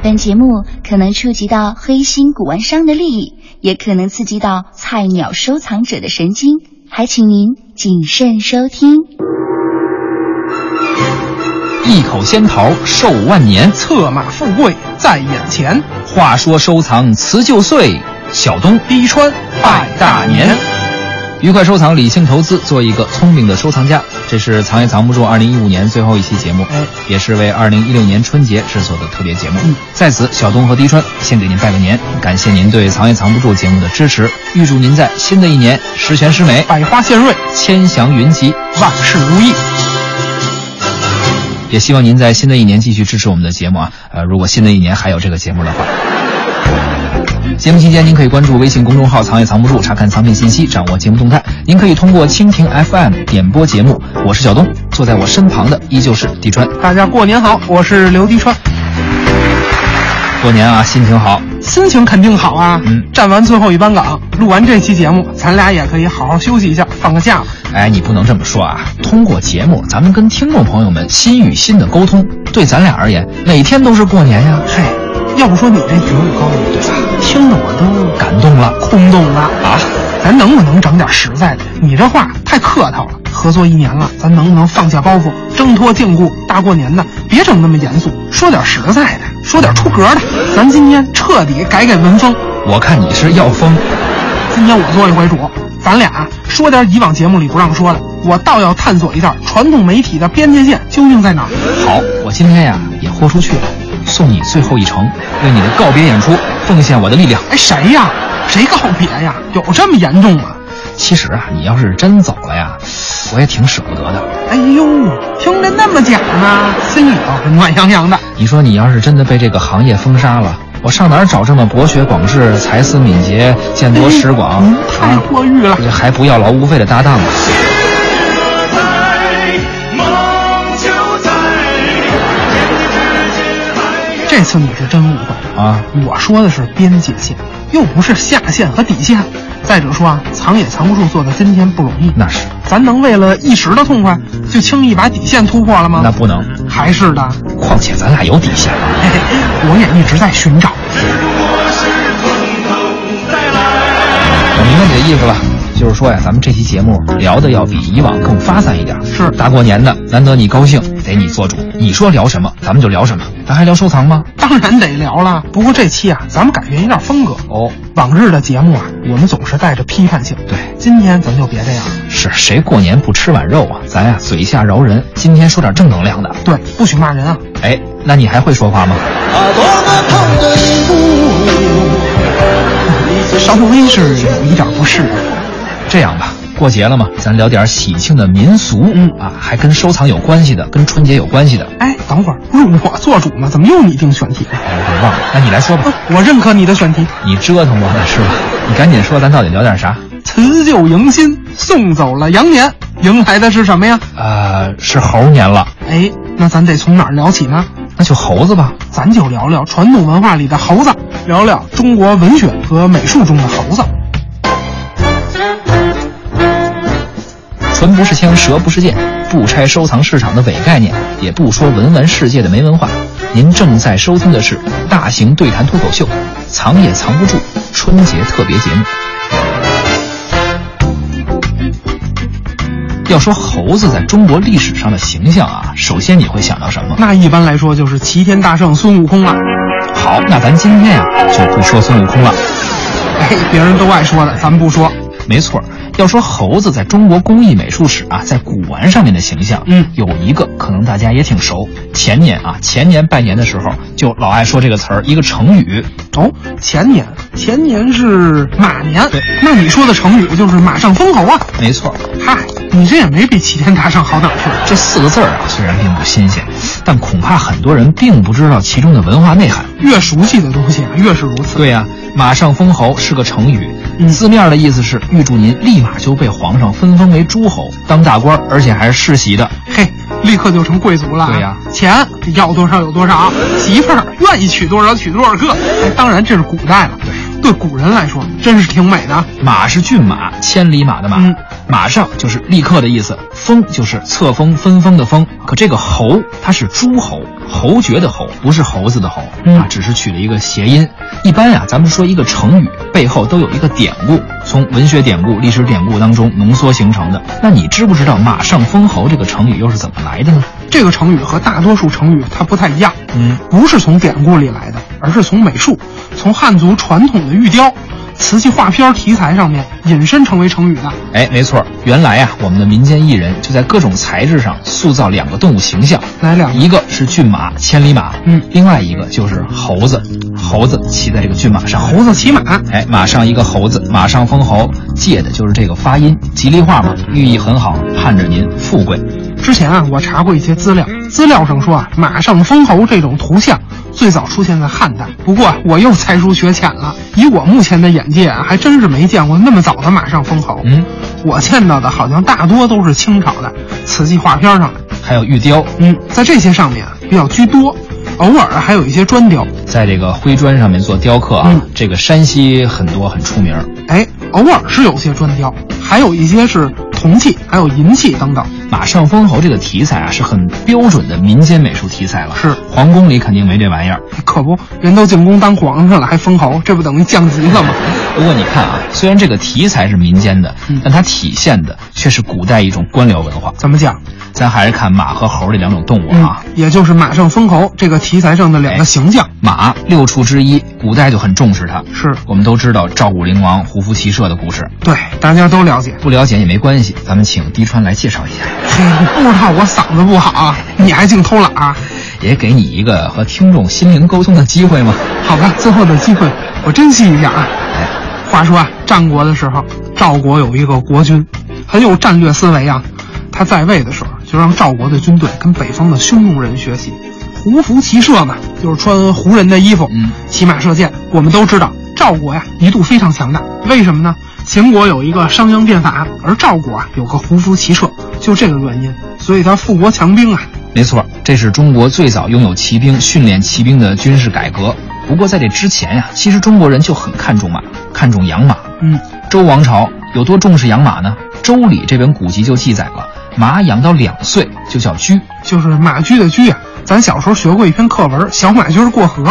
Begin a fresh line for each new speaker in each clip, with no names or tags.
本节目可能触及到黑心古玩商的利益，也可能刺激到菜鸟收藏者的神经，还请您谨慎收听。
一口仙桃寿万年，
策马富贵在眼前，
话说收藏辞旧岁，小东
滴川拜大年。
愉快收藏，理性投资，做一个聪明的收藏家。这是藏也藏不住2015年最后一期节目，
哎
也是为2016年春节制作的特别节目。
嗯
在此，小东和滴川先给您拜个年，感谢您对藏也藏不住节目的支持，预祝您在新的一年十全十美，
百花献瑞，
千祥云集。
万事如意。
也希望您在新的一年继续支持我们的节目啊。呃，如果新的一年还有这个节目的话。节目期间，您可以关注微信公众号“藏也藏不住”，查看藏品信息，掌握节目动态。您可以通过蜻蜓 FM 点播节目。我是小东，坐在我身旁的依旧是地川。
大家过年好，我是刘滴川，
过年啊，心情好，
心情肯定好啊。
嗯
站完最后一班岗，录完这期节目，咱俩也可以好好休息一下，放个假了。
哎，你不能这么说啊！通过节目，咱们跟听众朋友们心与心的沟通，对咱俩而言，每天都是过年呀。
嘿，要不说你这觉悟高，对吧？听得我都
感动了，
空洞了啊！咱能不能整点实在的？你这话太客套了。合作一年了，咱能不能放下包袱，挣脱禁锢？大过年的，别整那么严肃，说点实在的，说点出格的。咱今天彻底改改文风。
我看你是要疯。
今天我做一回主，咱俩啊说点以往节目里不让说的，我倒要探索一下传统媒体的边界线究竟在哪儿。
好，我今天呀也豁出去了，送你最后一程，为你的告别演出奉献我的力量。
哎，谁呀？谁告别呀？有这么严重吗？
其实啊，你要是真走了呀，我也挺舍不得的。
哎呦，听着那么讲呢，心里倒是暖洋洋的。
你说你要是真的被这个行业封杀了，我上哪儿找这么博学广智、才思敏捷、见多识广、
哎您太
啊
过誉了
这还不要劳务费的搭档呢？
这次你是真误会了，
啊，
我说的是边界线，又不是下线和底线。再者说啊，藏也藏不住，做到今天不容易。
那是，
咱能为了一时的痛快，就轻易把底线突破了吗？
那不能。
还是的，
况且咱俩有底线啊。
嘿嘿， 我也一直在寻找。
我明白你的意思了，就是说呀，咱们这期节目聊的要比以往更发散一点。
是
大过年的，难得你高兴，得你做主，你说聊什么，咱们就聊什么。咱还聊收藏吗？
当然得聊了，不过这期啊，咱们改变一下风格。
哦，
往日的节目啊，我们总是带着批判性，
对
今天咱就别这样了。
是谁过年不吃碗肉啊？咱呀嘴下饶人，今天说点正能量的。
对，不许骂人啊！
哎，那你还会说话吗？
稍微是有一点不适应。
这样吧，过节了嘛，咱聊点喜庆的民俗，
嗯
啊，还跟收藏有关系的，跟春节有关系的。
哎，等会儿不是我做主吗？怎么又你定选题了？
哎，我给忘了，那你来说吧，
我认可你的选题，
你折腾我呢是吧？你赶紧说，咱到底聊点啥？
辞旧迎新，送走了羊年，迎来的是什么呀？
呃，是猴年了，
哎，那咱得从哪儿聊起呢？
那就猴子吧。
咱就聊聊传统文化里的猴子，聊聊中国文学和美术中的猴子。
唇不是枪，舌不是剑，不拆收藏市场的伪概念，也不说文玩世界的没文化。您正在收听的是大型对谈脱口秀，《藏也藏不住》春节特别节目。要说猴子在中国历史上的形象啊，首先你会想到什么？
那一般来说就是齐天大圣孙悟空了。
好，那咱今啊天呀、就不说孙悟空了。
哎，别人都爱说的，咱们不说。
没错，要说猴子在中国工艺美术史啊，在古玩上面的形象，
嗯
有一个可能大家也挺熟。前年啊，前年拜年的时候就老爱说这个词儿，一个成语，
哦，前年前年是马年，那你说的成语就是马上封侯啊？
没错，
嗨，你这也没比齐天大圣好哪儿去。
这四个字儿啊，虽然并不新鲜，但恐怕很多人并不知道其中的文化内涵。
越熟悉的东西啊，越是如此。
对呀、马上封侯是个成语，
嗯
字面的意思是预祝您立马就被皇上分封为诸侯，当大官儿，而且还是世袭的。
嘿，立刻就成贵族了。啊
对呀
钱要多少有多少，媳妇儿愿意娶多少娶多少个。哎当然这是古代了，对，对古人来说真是挺美的。
马是骏马，千里马的马，
嗯
马上就是立刻的意思，封就是册封、分封的封。可这个侯，它是诸侯，侯爵的侯，不是猴子的猴、
嗯
啊，只是取了一个谐音。一般呀、咱们说一个成语背后都有一个典故，从文学典故、历史典故当中浓缩形成的。那你知不知道“马上封侯”这个成语又是怎么来的呢？
这个成语和大多数成语它不太一样，
嗯，
不是从典故里来的，而是从美术，从汉族传统的玉雕、瓷器画片题材上面引申成为成语的。
哎，没错儿，原来啊，我们的民间艺人就在各种材质上塑造两个动物形象，
来两个
一个是骏马、千里马，
嗯
另外一个就是猴子，猴子骑在这个骏马上，
猴子骑马，
哎，马上一个猴子，马上封侯，借的就是这个发音，吉利话嘛，
嗯
寓意很好，盼着您富贵。
之前啊，我查过一些资料，资料上说啊，马上封侯这种图像最早出现在汉代。不过啊我又才疏学浅了，以我目前的眼界啊，还真是没见过那么早的马上封侯。
嗯，
我见到的好像大多都是清朝的瓷器画片上的。
还有玉雕，
嗯，在这些上面啊比较居多，偶尔啊还有一些砖雕。
在这个灰砖上面做雕刻啊，
嗯
这个山西很多很出名儿。
哎，偶尔是有些砖雕，还有一些是铜器，还有银器等等。
马上封侯这个题材啊，是很标准的民间美术题材了。
是
皇宫里肯定没这玩意儿。
可不，人都进宫当皇上了，还封侯，这不等于降级了吗？
不过你看啊，虽然这个题材是民间的
嗯，
但它体现的却是古代一种官僚文化。
怎么讲？
咱还是看马和猴这两种动物啊。
嗯，也就是马上封侯这个题材上的两个形象、
马六畜之一，古代就很重视它。
是
我们都知道赵武灵王胡服骑射的故事，
对，大家都了解。
不了解也没关系，咱们请滴川来介绍一下，
嘿，不知道我嗓子不好啊，你还净偷懒啊？
也给你一个和听众心灵沟通的机会嘛。
好吧，最后的机会我珍惜一下啊。话说啊，战国的时候，赵国有一个国君，很有战略思维啊。他在位的时候，就让赵国的军队跟北方的匈奴人学习，胡服骑射嘛，就是穿胡人的衣服，
嗯
骑马射箭。我们都知道，赵国呀一度非常强大，为什么呢？秦国有一个商鞅变法，而赵国啊有个胡服骑射，就这个原因，所以他富国强兵啊。
没错，这是中国最早拥有骑兵、训练骑兵的军事改革。不过在这之前呀、其实中国人就很看重马，看重养马。
嗯，
周王朝有多重视养马呢？《周礼》这本古籍就记载了，马养到两岁就叫驹。
就是马驹的驹啊。咱小时候学过一篇课文《小马驹儿过 河》，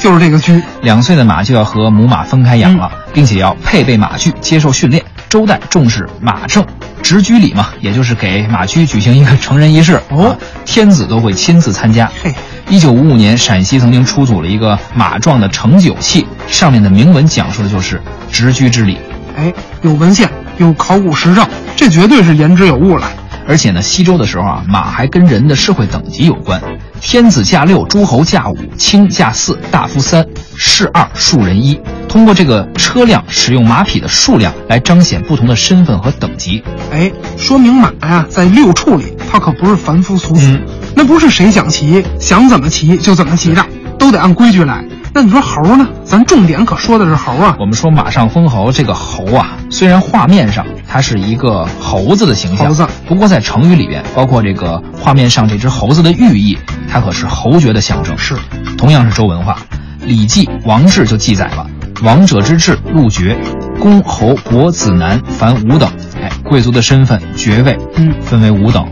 就是这个驹。
两岁的马就要和母马分开养了，
嗯
并且要配备马具接受训练。周代重视马政，执驹礼嘛，也就是给马驹举行一个成人仪式。
哦
啊天子都会亲自参加。
嘿，
一九五五年，陕西曾经出土了一个马状的盛酒器，上面的铭文讲述的就是执驹之礼。
哎，有文献，有考古实证，这绝对是言之有物了。
而且呢，西周的时候啊，马还跟人的社会等级有关，天子驾六，诸侯驾五，卿驾四，大夫三，士二，庶人一。通过这个车辆使用马匹的数量来彰显不同的身份和等级。
哎，说明马呀、在六畜里，它可不是凡夫俗子，
嗯
那不是谁想骑想怎么骑就怎么骑的，都得按规矩来。那你说猴呢？咱重点可说的是猴啊，
我们说马上封侯这个侯啊，虽然画面上它是一个猴子的形象，
猴子
不过在成语里边，包括这个画面上这只猴子的寓意，它可是侯爵的象征。
是，
同样是周文化，《礼记·王制》就记载了：“王者之治，入爵，公侯伯子男，凡五等。”哎，贵族的身份、爵位，
嗯
分为五等。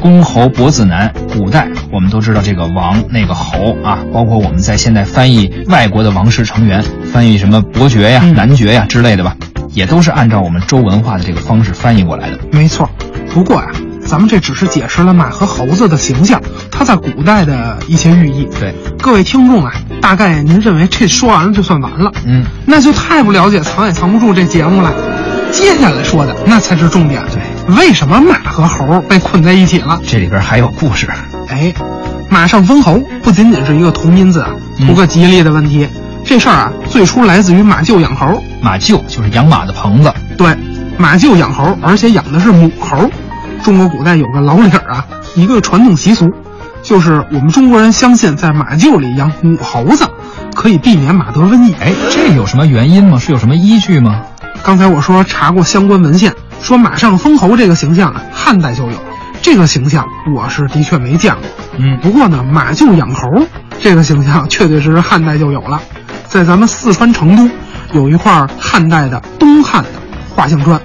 公侯伯子男，古代我们都知道这个王那个侯啊，包括我们在现在翻译外国的王室成员，翻译什么伯爵呀、
嗯
男爵呀之类的吧，也都是按照我们周文化的这个方式翻译过来的。
没错。不过呀、咱们这只是解释了马和猴子的形象，它在古代的一些寓意。
对，
各位听众啊，大概您认为这说完了就算完了，
嗯，
那就太不了解《藏也藏不住》这节目了。接下来说的那才是重点。
对，
为什么马和猴被困在一起了？
这里边还有故事。
哎，马上封侯不仅仅是一个图民字啊，
嗯
图个吉利的问题。这事儿啊，最初来自于马厩养猴。
马厩就是养马的棚子，
对，马厩养猴，而且养的是母猴。中国古代有个老理儿啊，一个传统习俗，就是我们中国人相信在马厩里养母猴子可以避免马得瘟疫。
哎，这有什么原因吗？是有什么依据吗？
刚才我说查过相关文献，说马上封侯这个形象啊，汉代就有。这个形象我是的确没见过，
嗯
不过呢，马厩养猴这个形象 确确实实汉代就有了，在咱们四川成都有一块汉代的东汉的画像砖，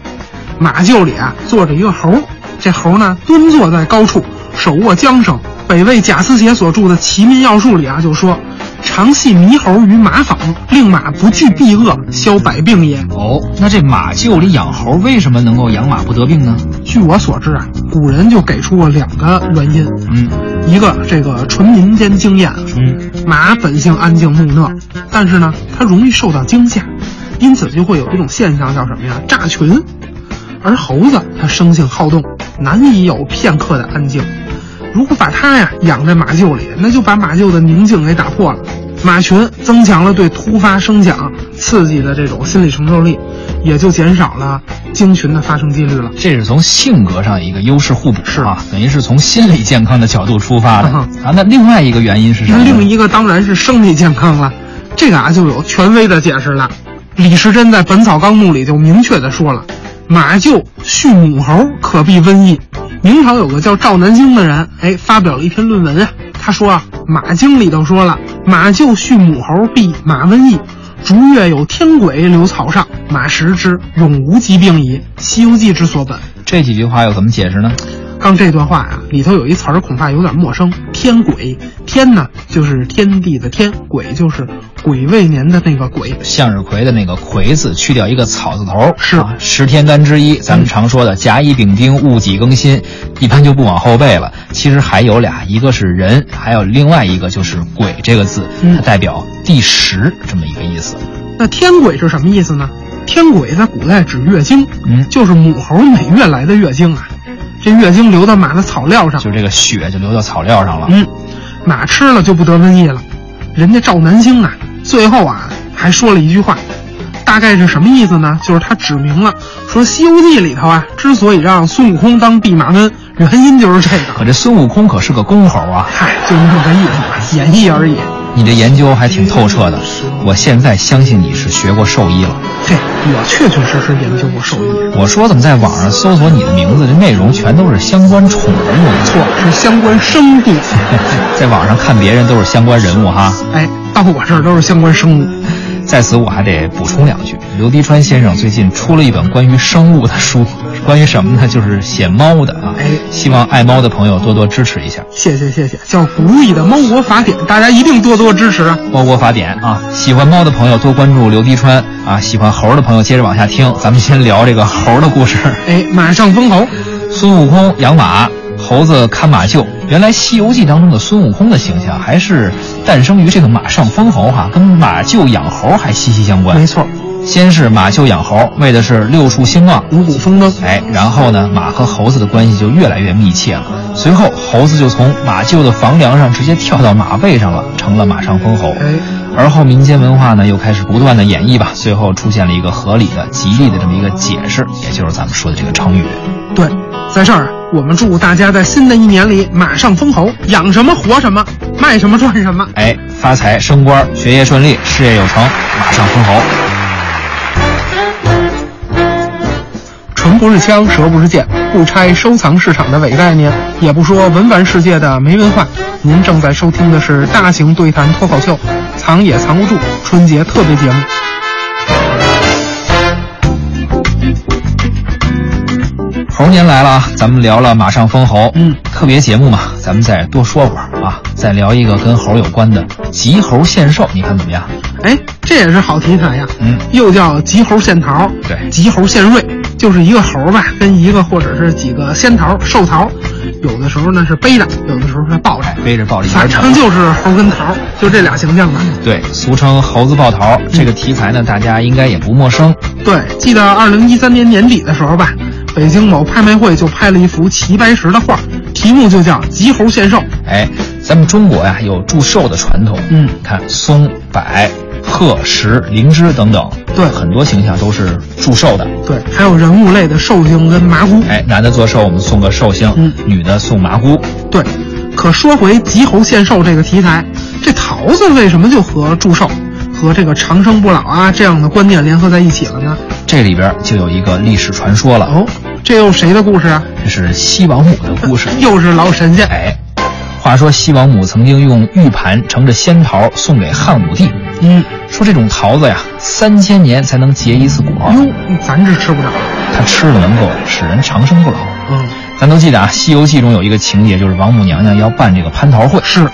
马厩里啊坐着一个猴，这猴呢蹲坐在高处，手握缰绳。北魏贾思勰所著的《齐民要术》里啊就说：“常系猕猴于马坊，令马不惧避恶，消百病也。”
哦，那这马厩里养猴为什么能够养马不得病呢？
据我所知啊，古人就给出过两个原因，
嗯
一个这个纯民间经验，啊
嗯，
马本性安静木讷，但是呢，它容易受到惊吓，因此就会有一种现象叫什么呀？炸群。而猴子它生性好动，难以有片刻的安静。如果把它呀养在马厩里，那就把马厩的宁静给打破了。马群增强了对突发声响刺激的这种心理承受力，也就减少了惊群的发生几率了。
这是从性格上一个优势互补
是嗯
啊，等于是从心理健康的角度出发的啊。那另外一个原因是什么
那
呢？
另一个当然是生理健康了，这个啊就有权威的解释了。李时珍在《本草纲目》里就明确的说了，马厩畜母猴可避瘟疫。明朝有个叫赵南星的人，哎，发表了一篇论文啊，他说啊，《马经》里头说了，马厩畜母猴避马瘟疫，逐月有天鬼留草上，马食之，永无疾病矣，《西游记》之所本。
这几句话又怎么解释呢？
刚这段话呀、里头有一词儿恐怕有点陌生，天鬼。天呢，就是天地的天；鬼就是癸未年的那个癸。
向日葵的那个葵字去掉一个草字头，
是嗯
啊十天干之一，咱们常说的甲乙丙丁戊己庚辛，一般就不往后背了。其实还有俩，一个是人，还有另外一个就是“鬼”这个字，
嗯
它代表第十这么一个意思。
那天鬼是什么意思呢？天鬼在古代指月经，
嗯
就是母猴每月来的月经啊。这月经流到马的草料上，
就这个血就流到草料上了。
嗯，马吃了就不得瘟疫了。人家赵南星啊，最后啊还说了一句话，大概是什么意思呢？就是他指明了，说《西游记》里头啊，之所以让孙悟空当弼马温，原因就是这个。
可这孙悟空可是个公猴啊！
嗨，就是这么个意思吧，演绎而已。
你这研究还挺透彻的，我现在相信你是学过兽医了。
嘿，我确确实实研究过兽医，
我说怎么在网上搜索你的名字，这内容全都是相关宠物的？
错是相关生物。
在网上看别人都是相关人物哈。
哎，到我这儿都是相关生物。
在此我还得补充两句，刘迪川先生最近出了一本关于生物的书，是关于什么呢？就是写猫的啊
哎，
希望爱猫的朋友多多支持一下
谢谢谢谢，叫《古语的猫国法典》，大家一定多多支持啊！
《猫国法典》啊。喜欢猫的朋友多关注刘迪川啊，喜欢猴的朋友接着往下听。咱们先聊这个猴的故事。
哎，马上封侯，
孙悟空养马，猴子看马厩。原来《西游记》当中的孙悟空的形象还是诞生于这个马上封侯哈、跟马厩养猴还息息相关
没。错，
先是马厩养猴，为的是六畜兴旺，
五谷丰登。
哎，然后呢，马和猴子的关系就越来越密切了。随后，猴子就从马厩的房梁上直接跳到马背上了，成了马上封侯。
哎，
而后民间文化呢，又开始不断的演绎吧，最后出现了一个合理的、吉利的这么一个解释，也就是咱们说的这个成语。
对，在这儿我们祝大家在新的一年里马上封侯，养什么活什么，卖什么赚什么。
哎，发财升官，学业顺利，事业有成，马上封侯。
唇不是枪，舌不是剑，不拆收藏市场的伪概念，也不说文玩世界的没文化。您正在收听的是大型对谈脱口秀，藏也藏不住春节特别节目。
猴年来了啊，咱们聊了马上封侯，
嗯，
特别节目嘛，咱们再多说会儿啊，再聊一个跟猴有关的急猴献寿，你看怎么样？
哎，这也是好题材呀，
嗯，
又叫急猴献桃，
对
急猴献瑞，就是一个猴吧，跟一个或者是几个仙桃、寿桃，有的时候呢是背着，有的时候是抱着，
背着抱着一边
反
唱
正。就是猴跟桃，就这俩形象吧。
对，俗称猴子抱桃
嗯
这个题材呢，大家应该也不陌生。
对，记得二零一三年年底的时候吧，北京某拍卖会就拍了一幅齐白石的画，题目就叫《急猴献寿》。
哎，咱们中国呀、有祝寿的传统，
嗯
看松柏、鹤石、灵芝等等，
对
很多形象都是祝寿的。
对，还有人物类的寿星跟麻姑。
哎，男的做寿，我们送个寿星；
嗯
女的送麻姑。
对，可说回急猴献寿这个题材，这桃子为什么就和祝寿、和这个长生不老啊这样的观念联合在一起了呢？
这里边就有一个历史传说了，
哦，这又谁的故事啊？
这是西王母的故事。
又是老神仙。
哎，话说西王母曾经用玉盘盛着仙桃送给汉武帝，
嗯，
说这种桃子呀，三千年才能结一次果，
哟，咱这吃不着。
它吃了能够使人长生不老。
嗯，
咱都记得啊，《西游记》中有一个情节，就是王母娘娘要办这个蟠桃会，
是，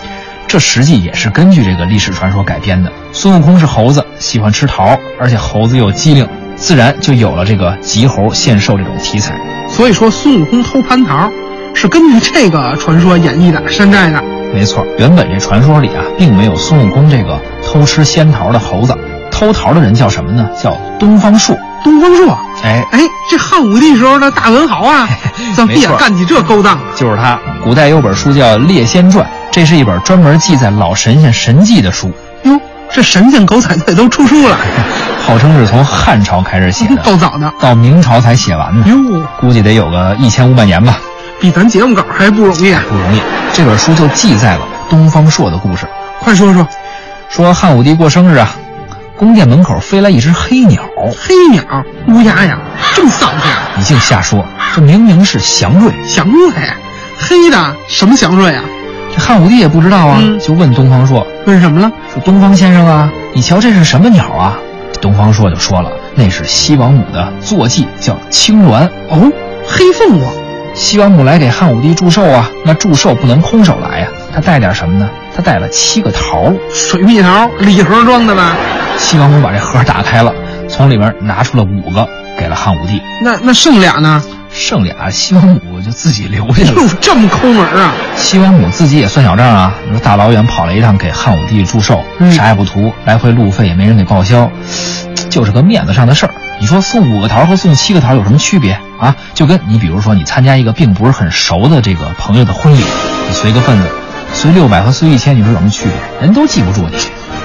这实际也是根据这个历史传说改编的。孙悟空是猴子，喜欢吃桃，而且猴子又机灵，自然就有了这个急猴献寿这种题材。
所以说孙悟空偷蟠桃，是根据这个传说演绎的、山寨的。
没错，原本这传说里啊，并没有孙悟空这个偷吃仙桃的猴子，偷桃的人叫什么呢？叫东方朔。
东方朔，
哎，
哎，这汉武帝时候的大文豪啊，怎么
没
也
错
干起这勾当了？
就是他。古代有本书叫《列仙传》，这是一本专门记载老神仙神迹的书，
哟，这神仙狗仔队都出书了，
号称是从汉朝开始写的，
够早的。
到明朝才写完呢，
哟，
估计得有个一千五百年吧，
比咱节目稿还不容易啊！
不容易。这本书就记载了东方朔的故事，
快说说，
说汉武帝过生日啊，宫殿门口飞来一只黑鸟，
黑鸟、乌鸦呀，这么骚气啊？
你净瞎说，这明明是祥瑞。
祥瑞，黑的什么祥瑞啊？
这汉武帝也不知道啊，
嗯
就问东方朔
问什么了？
说：“东方先生啊，你瞧这是什么鸟啊？”东方朔就说了：“那是西王母的坐骑，叫青鸾。
哦，黑凤凰，
西王母来给汉武帝祝寿啊，那祝寿不能空手来呀、她带点什么呢？她带了七个桃。
水蜜桃，礼盒装的吧？
西王母把这盒打开了，从里面拿出了五个，给了汉武帝，
那那剩俩呢？
剩俩西王母就自己留下
哟
了。，
这么抠门啊？
西王母自己也算小账啊，你说大老远跑了一趟给汉武帝祝寿，
嗯
啥也不图，来回路费也没人给报销，就是个面子上的事儿。你说送五个桃和送七个桃有什么区别啊？就跟你比如说你参加一个并不是很熟的这个朋友的婚礼，你随个份子，随六百和随一千，你说有什么区别？人都记不住你。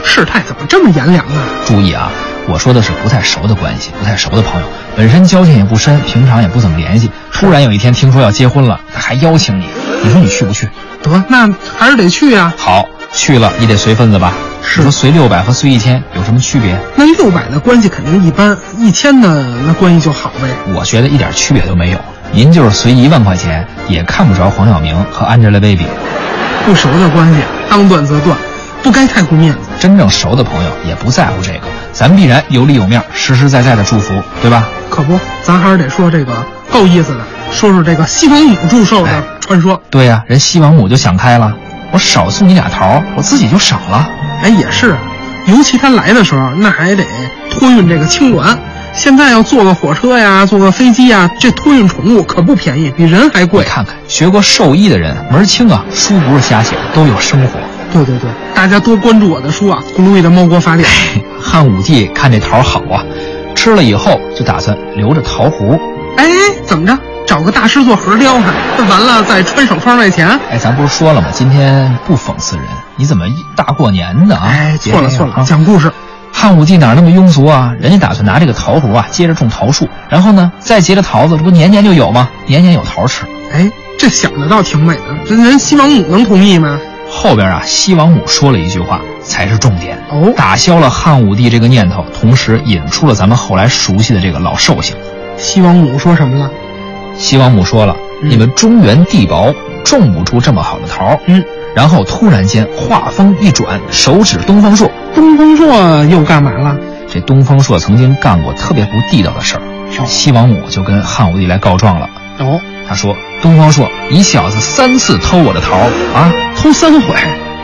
世态怎么这么炎凉啊？
注意啊，我说的是不太熟的关系，不太熟的朋友，本身交情也不深，平常也不怎么联系，突然有一天听说要结婚了，他还邀请你，你说你去不去？
得，那还是得去啊。
好，去了你得随份子吧？
是
你说随六百和随一千有什么区别？
那六百的关系肯定一般，一千的那关系就好呗。
我觉得一点区别都没有。您就是随一万块钱，也看不着黄晓明和 Angelababy。
不熟的关系，当断则断，不该太顾面子。
真正熟的朋友也不在乎这个，咱必然有里有面，实实在在的祝福，对吧？
可不，咱还是得说这个够意思的，说说这个西王母祝寿
哎
的传说。
对呀、人西王母就想开了，我少送你俩桃，我自己就少了。
哎，也是，尤其他来的时候，那还得托运这个青鸾。现在要坐个火车呀，坐个飞机呀，这托运宠物可不便宜，比人还
你
贵。
看看，学过兽医的人门儿清啊，书不是瞎写的，都有生活。
对对对，大家多关注我的书啊，《咕噜易的猫国法典》。
汉武帝看这桃好啊，吃了以后就打算留着桃核。
哎，怎么着？找个大师做盒雕哈，那完了再穿手框卖钱。
哎，咱不是说了吗？今天不讽刺人，你怎么一大过年的啊？
哎，
别
错了
这样
错了，
啊
讲故事。
汉武帝哪那么庸俗啊？人家打算拿这个桃核啊，接着种桃树，然后呢，再结着桃子，这不年年就有吗？年年有桃吃。
哎，这想的倒挺美的，人人西王母能同意吗？
后边啊，西王母说了一句话，才是重点，
哦
打消了汉武帝这个念头，同时引出了咱们后来熟悉的这个老寿星。
西王母说什么了？
西王母说了：“
嗯
你们中原地薄，种不出这么好的桃儿。”
嗯，
然后突然间话锋一转，手指东方朔。
东方朔又干嘛了？
这东方朔曾经干过特别不地道的事儿，西王母就跟汉武帝来告状了。
哦，
他说：“东方朔，你小子三次偷我的桃儿啊！
偷三回，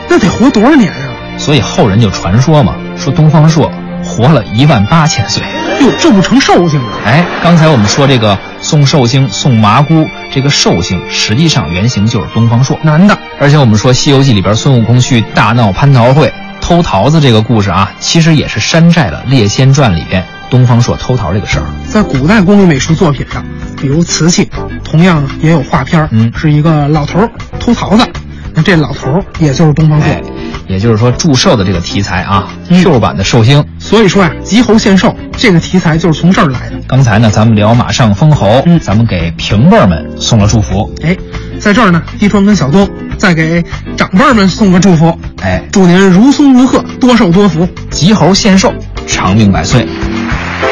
那得活多少年啊？
所以后人就传说嘛，说东方朔活了一万八千岁。
哟，这不成寿星了？
哎，刚才我们说这个送寿星、送麻姑，这个寿星实际上原型就是东方朔。
男的，
而且我们说《西游记》里边孙悟空去大闹蟠桃会偷桃子这个故事啊，其实也是山寨了《列仙传》里边东方朔偷桃这个事儿。
在古代工艺美术作品上，比如瓷器，同样也有画片儿，
嗯
是一个老头儿偷桃子，那这老头儿也就是东方朔。
哎，也就是说祝寿的这个题材啊、
嗯
q 版的寿星。
所以说呀、急猴献寿这个题材就是从这儿来的。
刚才呢，咱们聊马上封侯，
嗯
咱们给平辈儿们送了祝福。
哎，在这儿呢，地川跟小东再给长辈儿们送个祝福，
哎，
祝您如松如鹤，多寿多福。
吉猴献寿，长命百岁。
嗯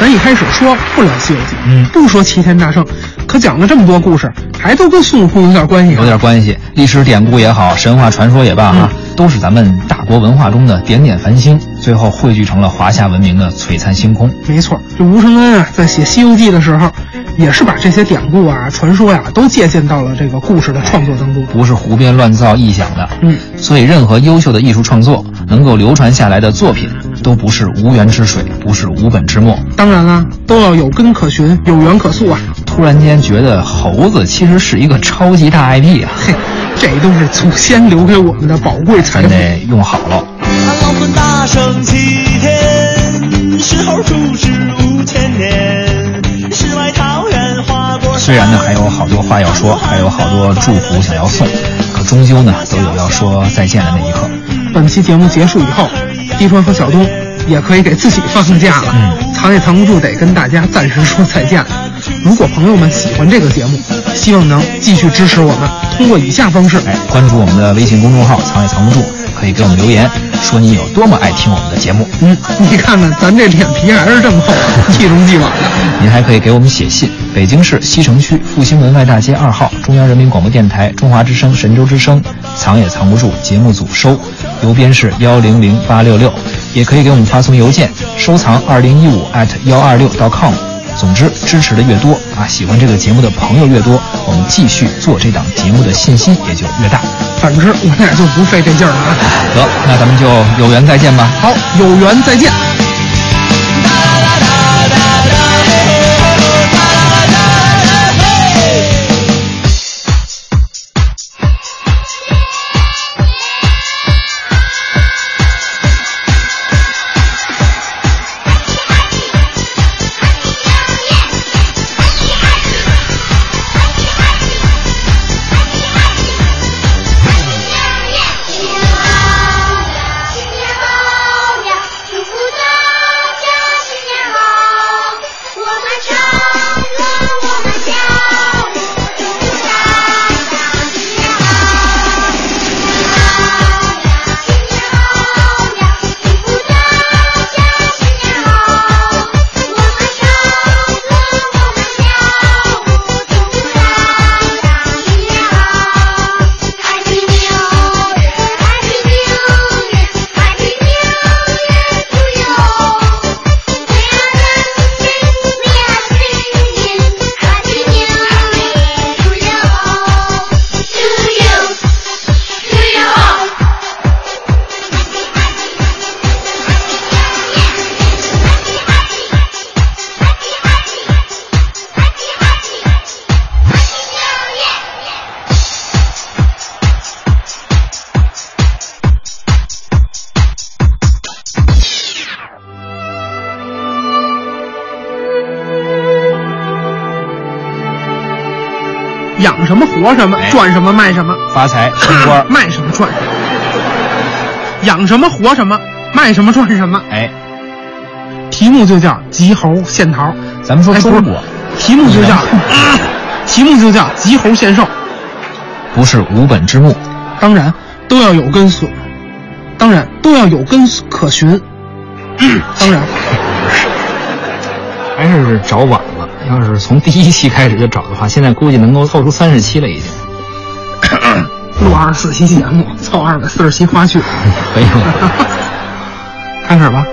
咱一开始说不聊《西游记》，
嗯
不说齐天大圣，可讲了这么多故事，还都跟孙悟空有点关系、啊，
有点关系，历史典故也好，神话传说也罢啊，
嗯
都是咱们大国文化中的点点繁星，最后汇聚成了华夏文明的璀璨星空。
没错，这吴承恩啊，在写《西游记》的时候，也是把这些典故啊、传说呀、都借鉴到了这个故事的创作当中。
不是胡编乱造臆想的。
嗯，
所以任何优秀的艺术创作能够流传下来的作品，都不是无源之水，不是无本之末。
当然啦，都要有根可循，有源可溯啊。
突然间觉得猴子其实是一个超级大 IP 啊，
嘿，这都是祖先留给我们的宝贵财
咱
富。
得用好了。
俺老孙大圣齐天，石猴出世五千年，世外桃源花果山。
虽然呢还有好多话要说，还有好多祝福想要送，可终究呢都有要说再见的那一刻。
本期节目结束以后，滴川和小东也可以给自己放个假了。
嗯
藏也藏不住，得跟大家暂时说再见了。如果朋友们喜欢这个节目，希望能继续支持我们，通过以下方式。
哎，关注我们的微信公众号“藏也藏不住”，可以给我们留言，说你有多么爱听我们的节目。
嗯，你看看咱这脸皮还是这么厚，一如既往的。
您还可以给我们写信，北京市西城区复兴门外大街二号中央人民广播电台中华之声神州之声，藏也藏不住节目组收，邮编是幺零零八六六，也可以给我们发送邮件，收藏二零一五 at 幺二六 .com。总之，支持的越多啊，喜欢这个节目的朋友越多，我们继续做这档节目的信心也就越大。
反之，我俩就不费这劲儿了啊。
得，那咱们就有缘再见吧。
好，有缘再见。
新年好呀，祝福大家新年好，我们唱歌，我们跳舞，祝福大家新年好。新年好呀，祝福大家新年好，我们唱歌，我们跳舞，祝福大家新年好。Happy New Year，Happy New Year，Happy New Year to you。
养什么活什么
哎，
赚什么卖什么，，
发财升官
卖什么赚什么。养什么活什么，卖什么赚什么。
哎，
题目就叫急猴献桃。
咱们说
哎不是
中国
题目就叫，啊题目就叫急猴献寿。
不是无本之木。
当然都要有根索，当然都要有根可循。
嗯
当然，
还是找晚了。要是从第一期开始就找的话，现在估计能够凑出三十期了，已经。嗯
录
哎
二十四期节目，凑二百四十期花絮。
可以了。
开始吧。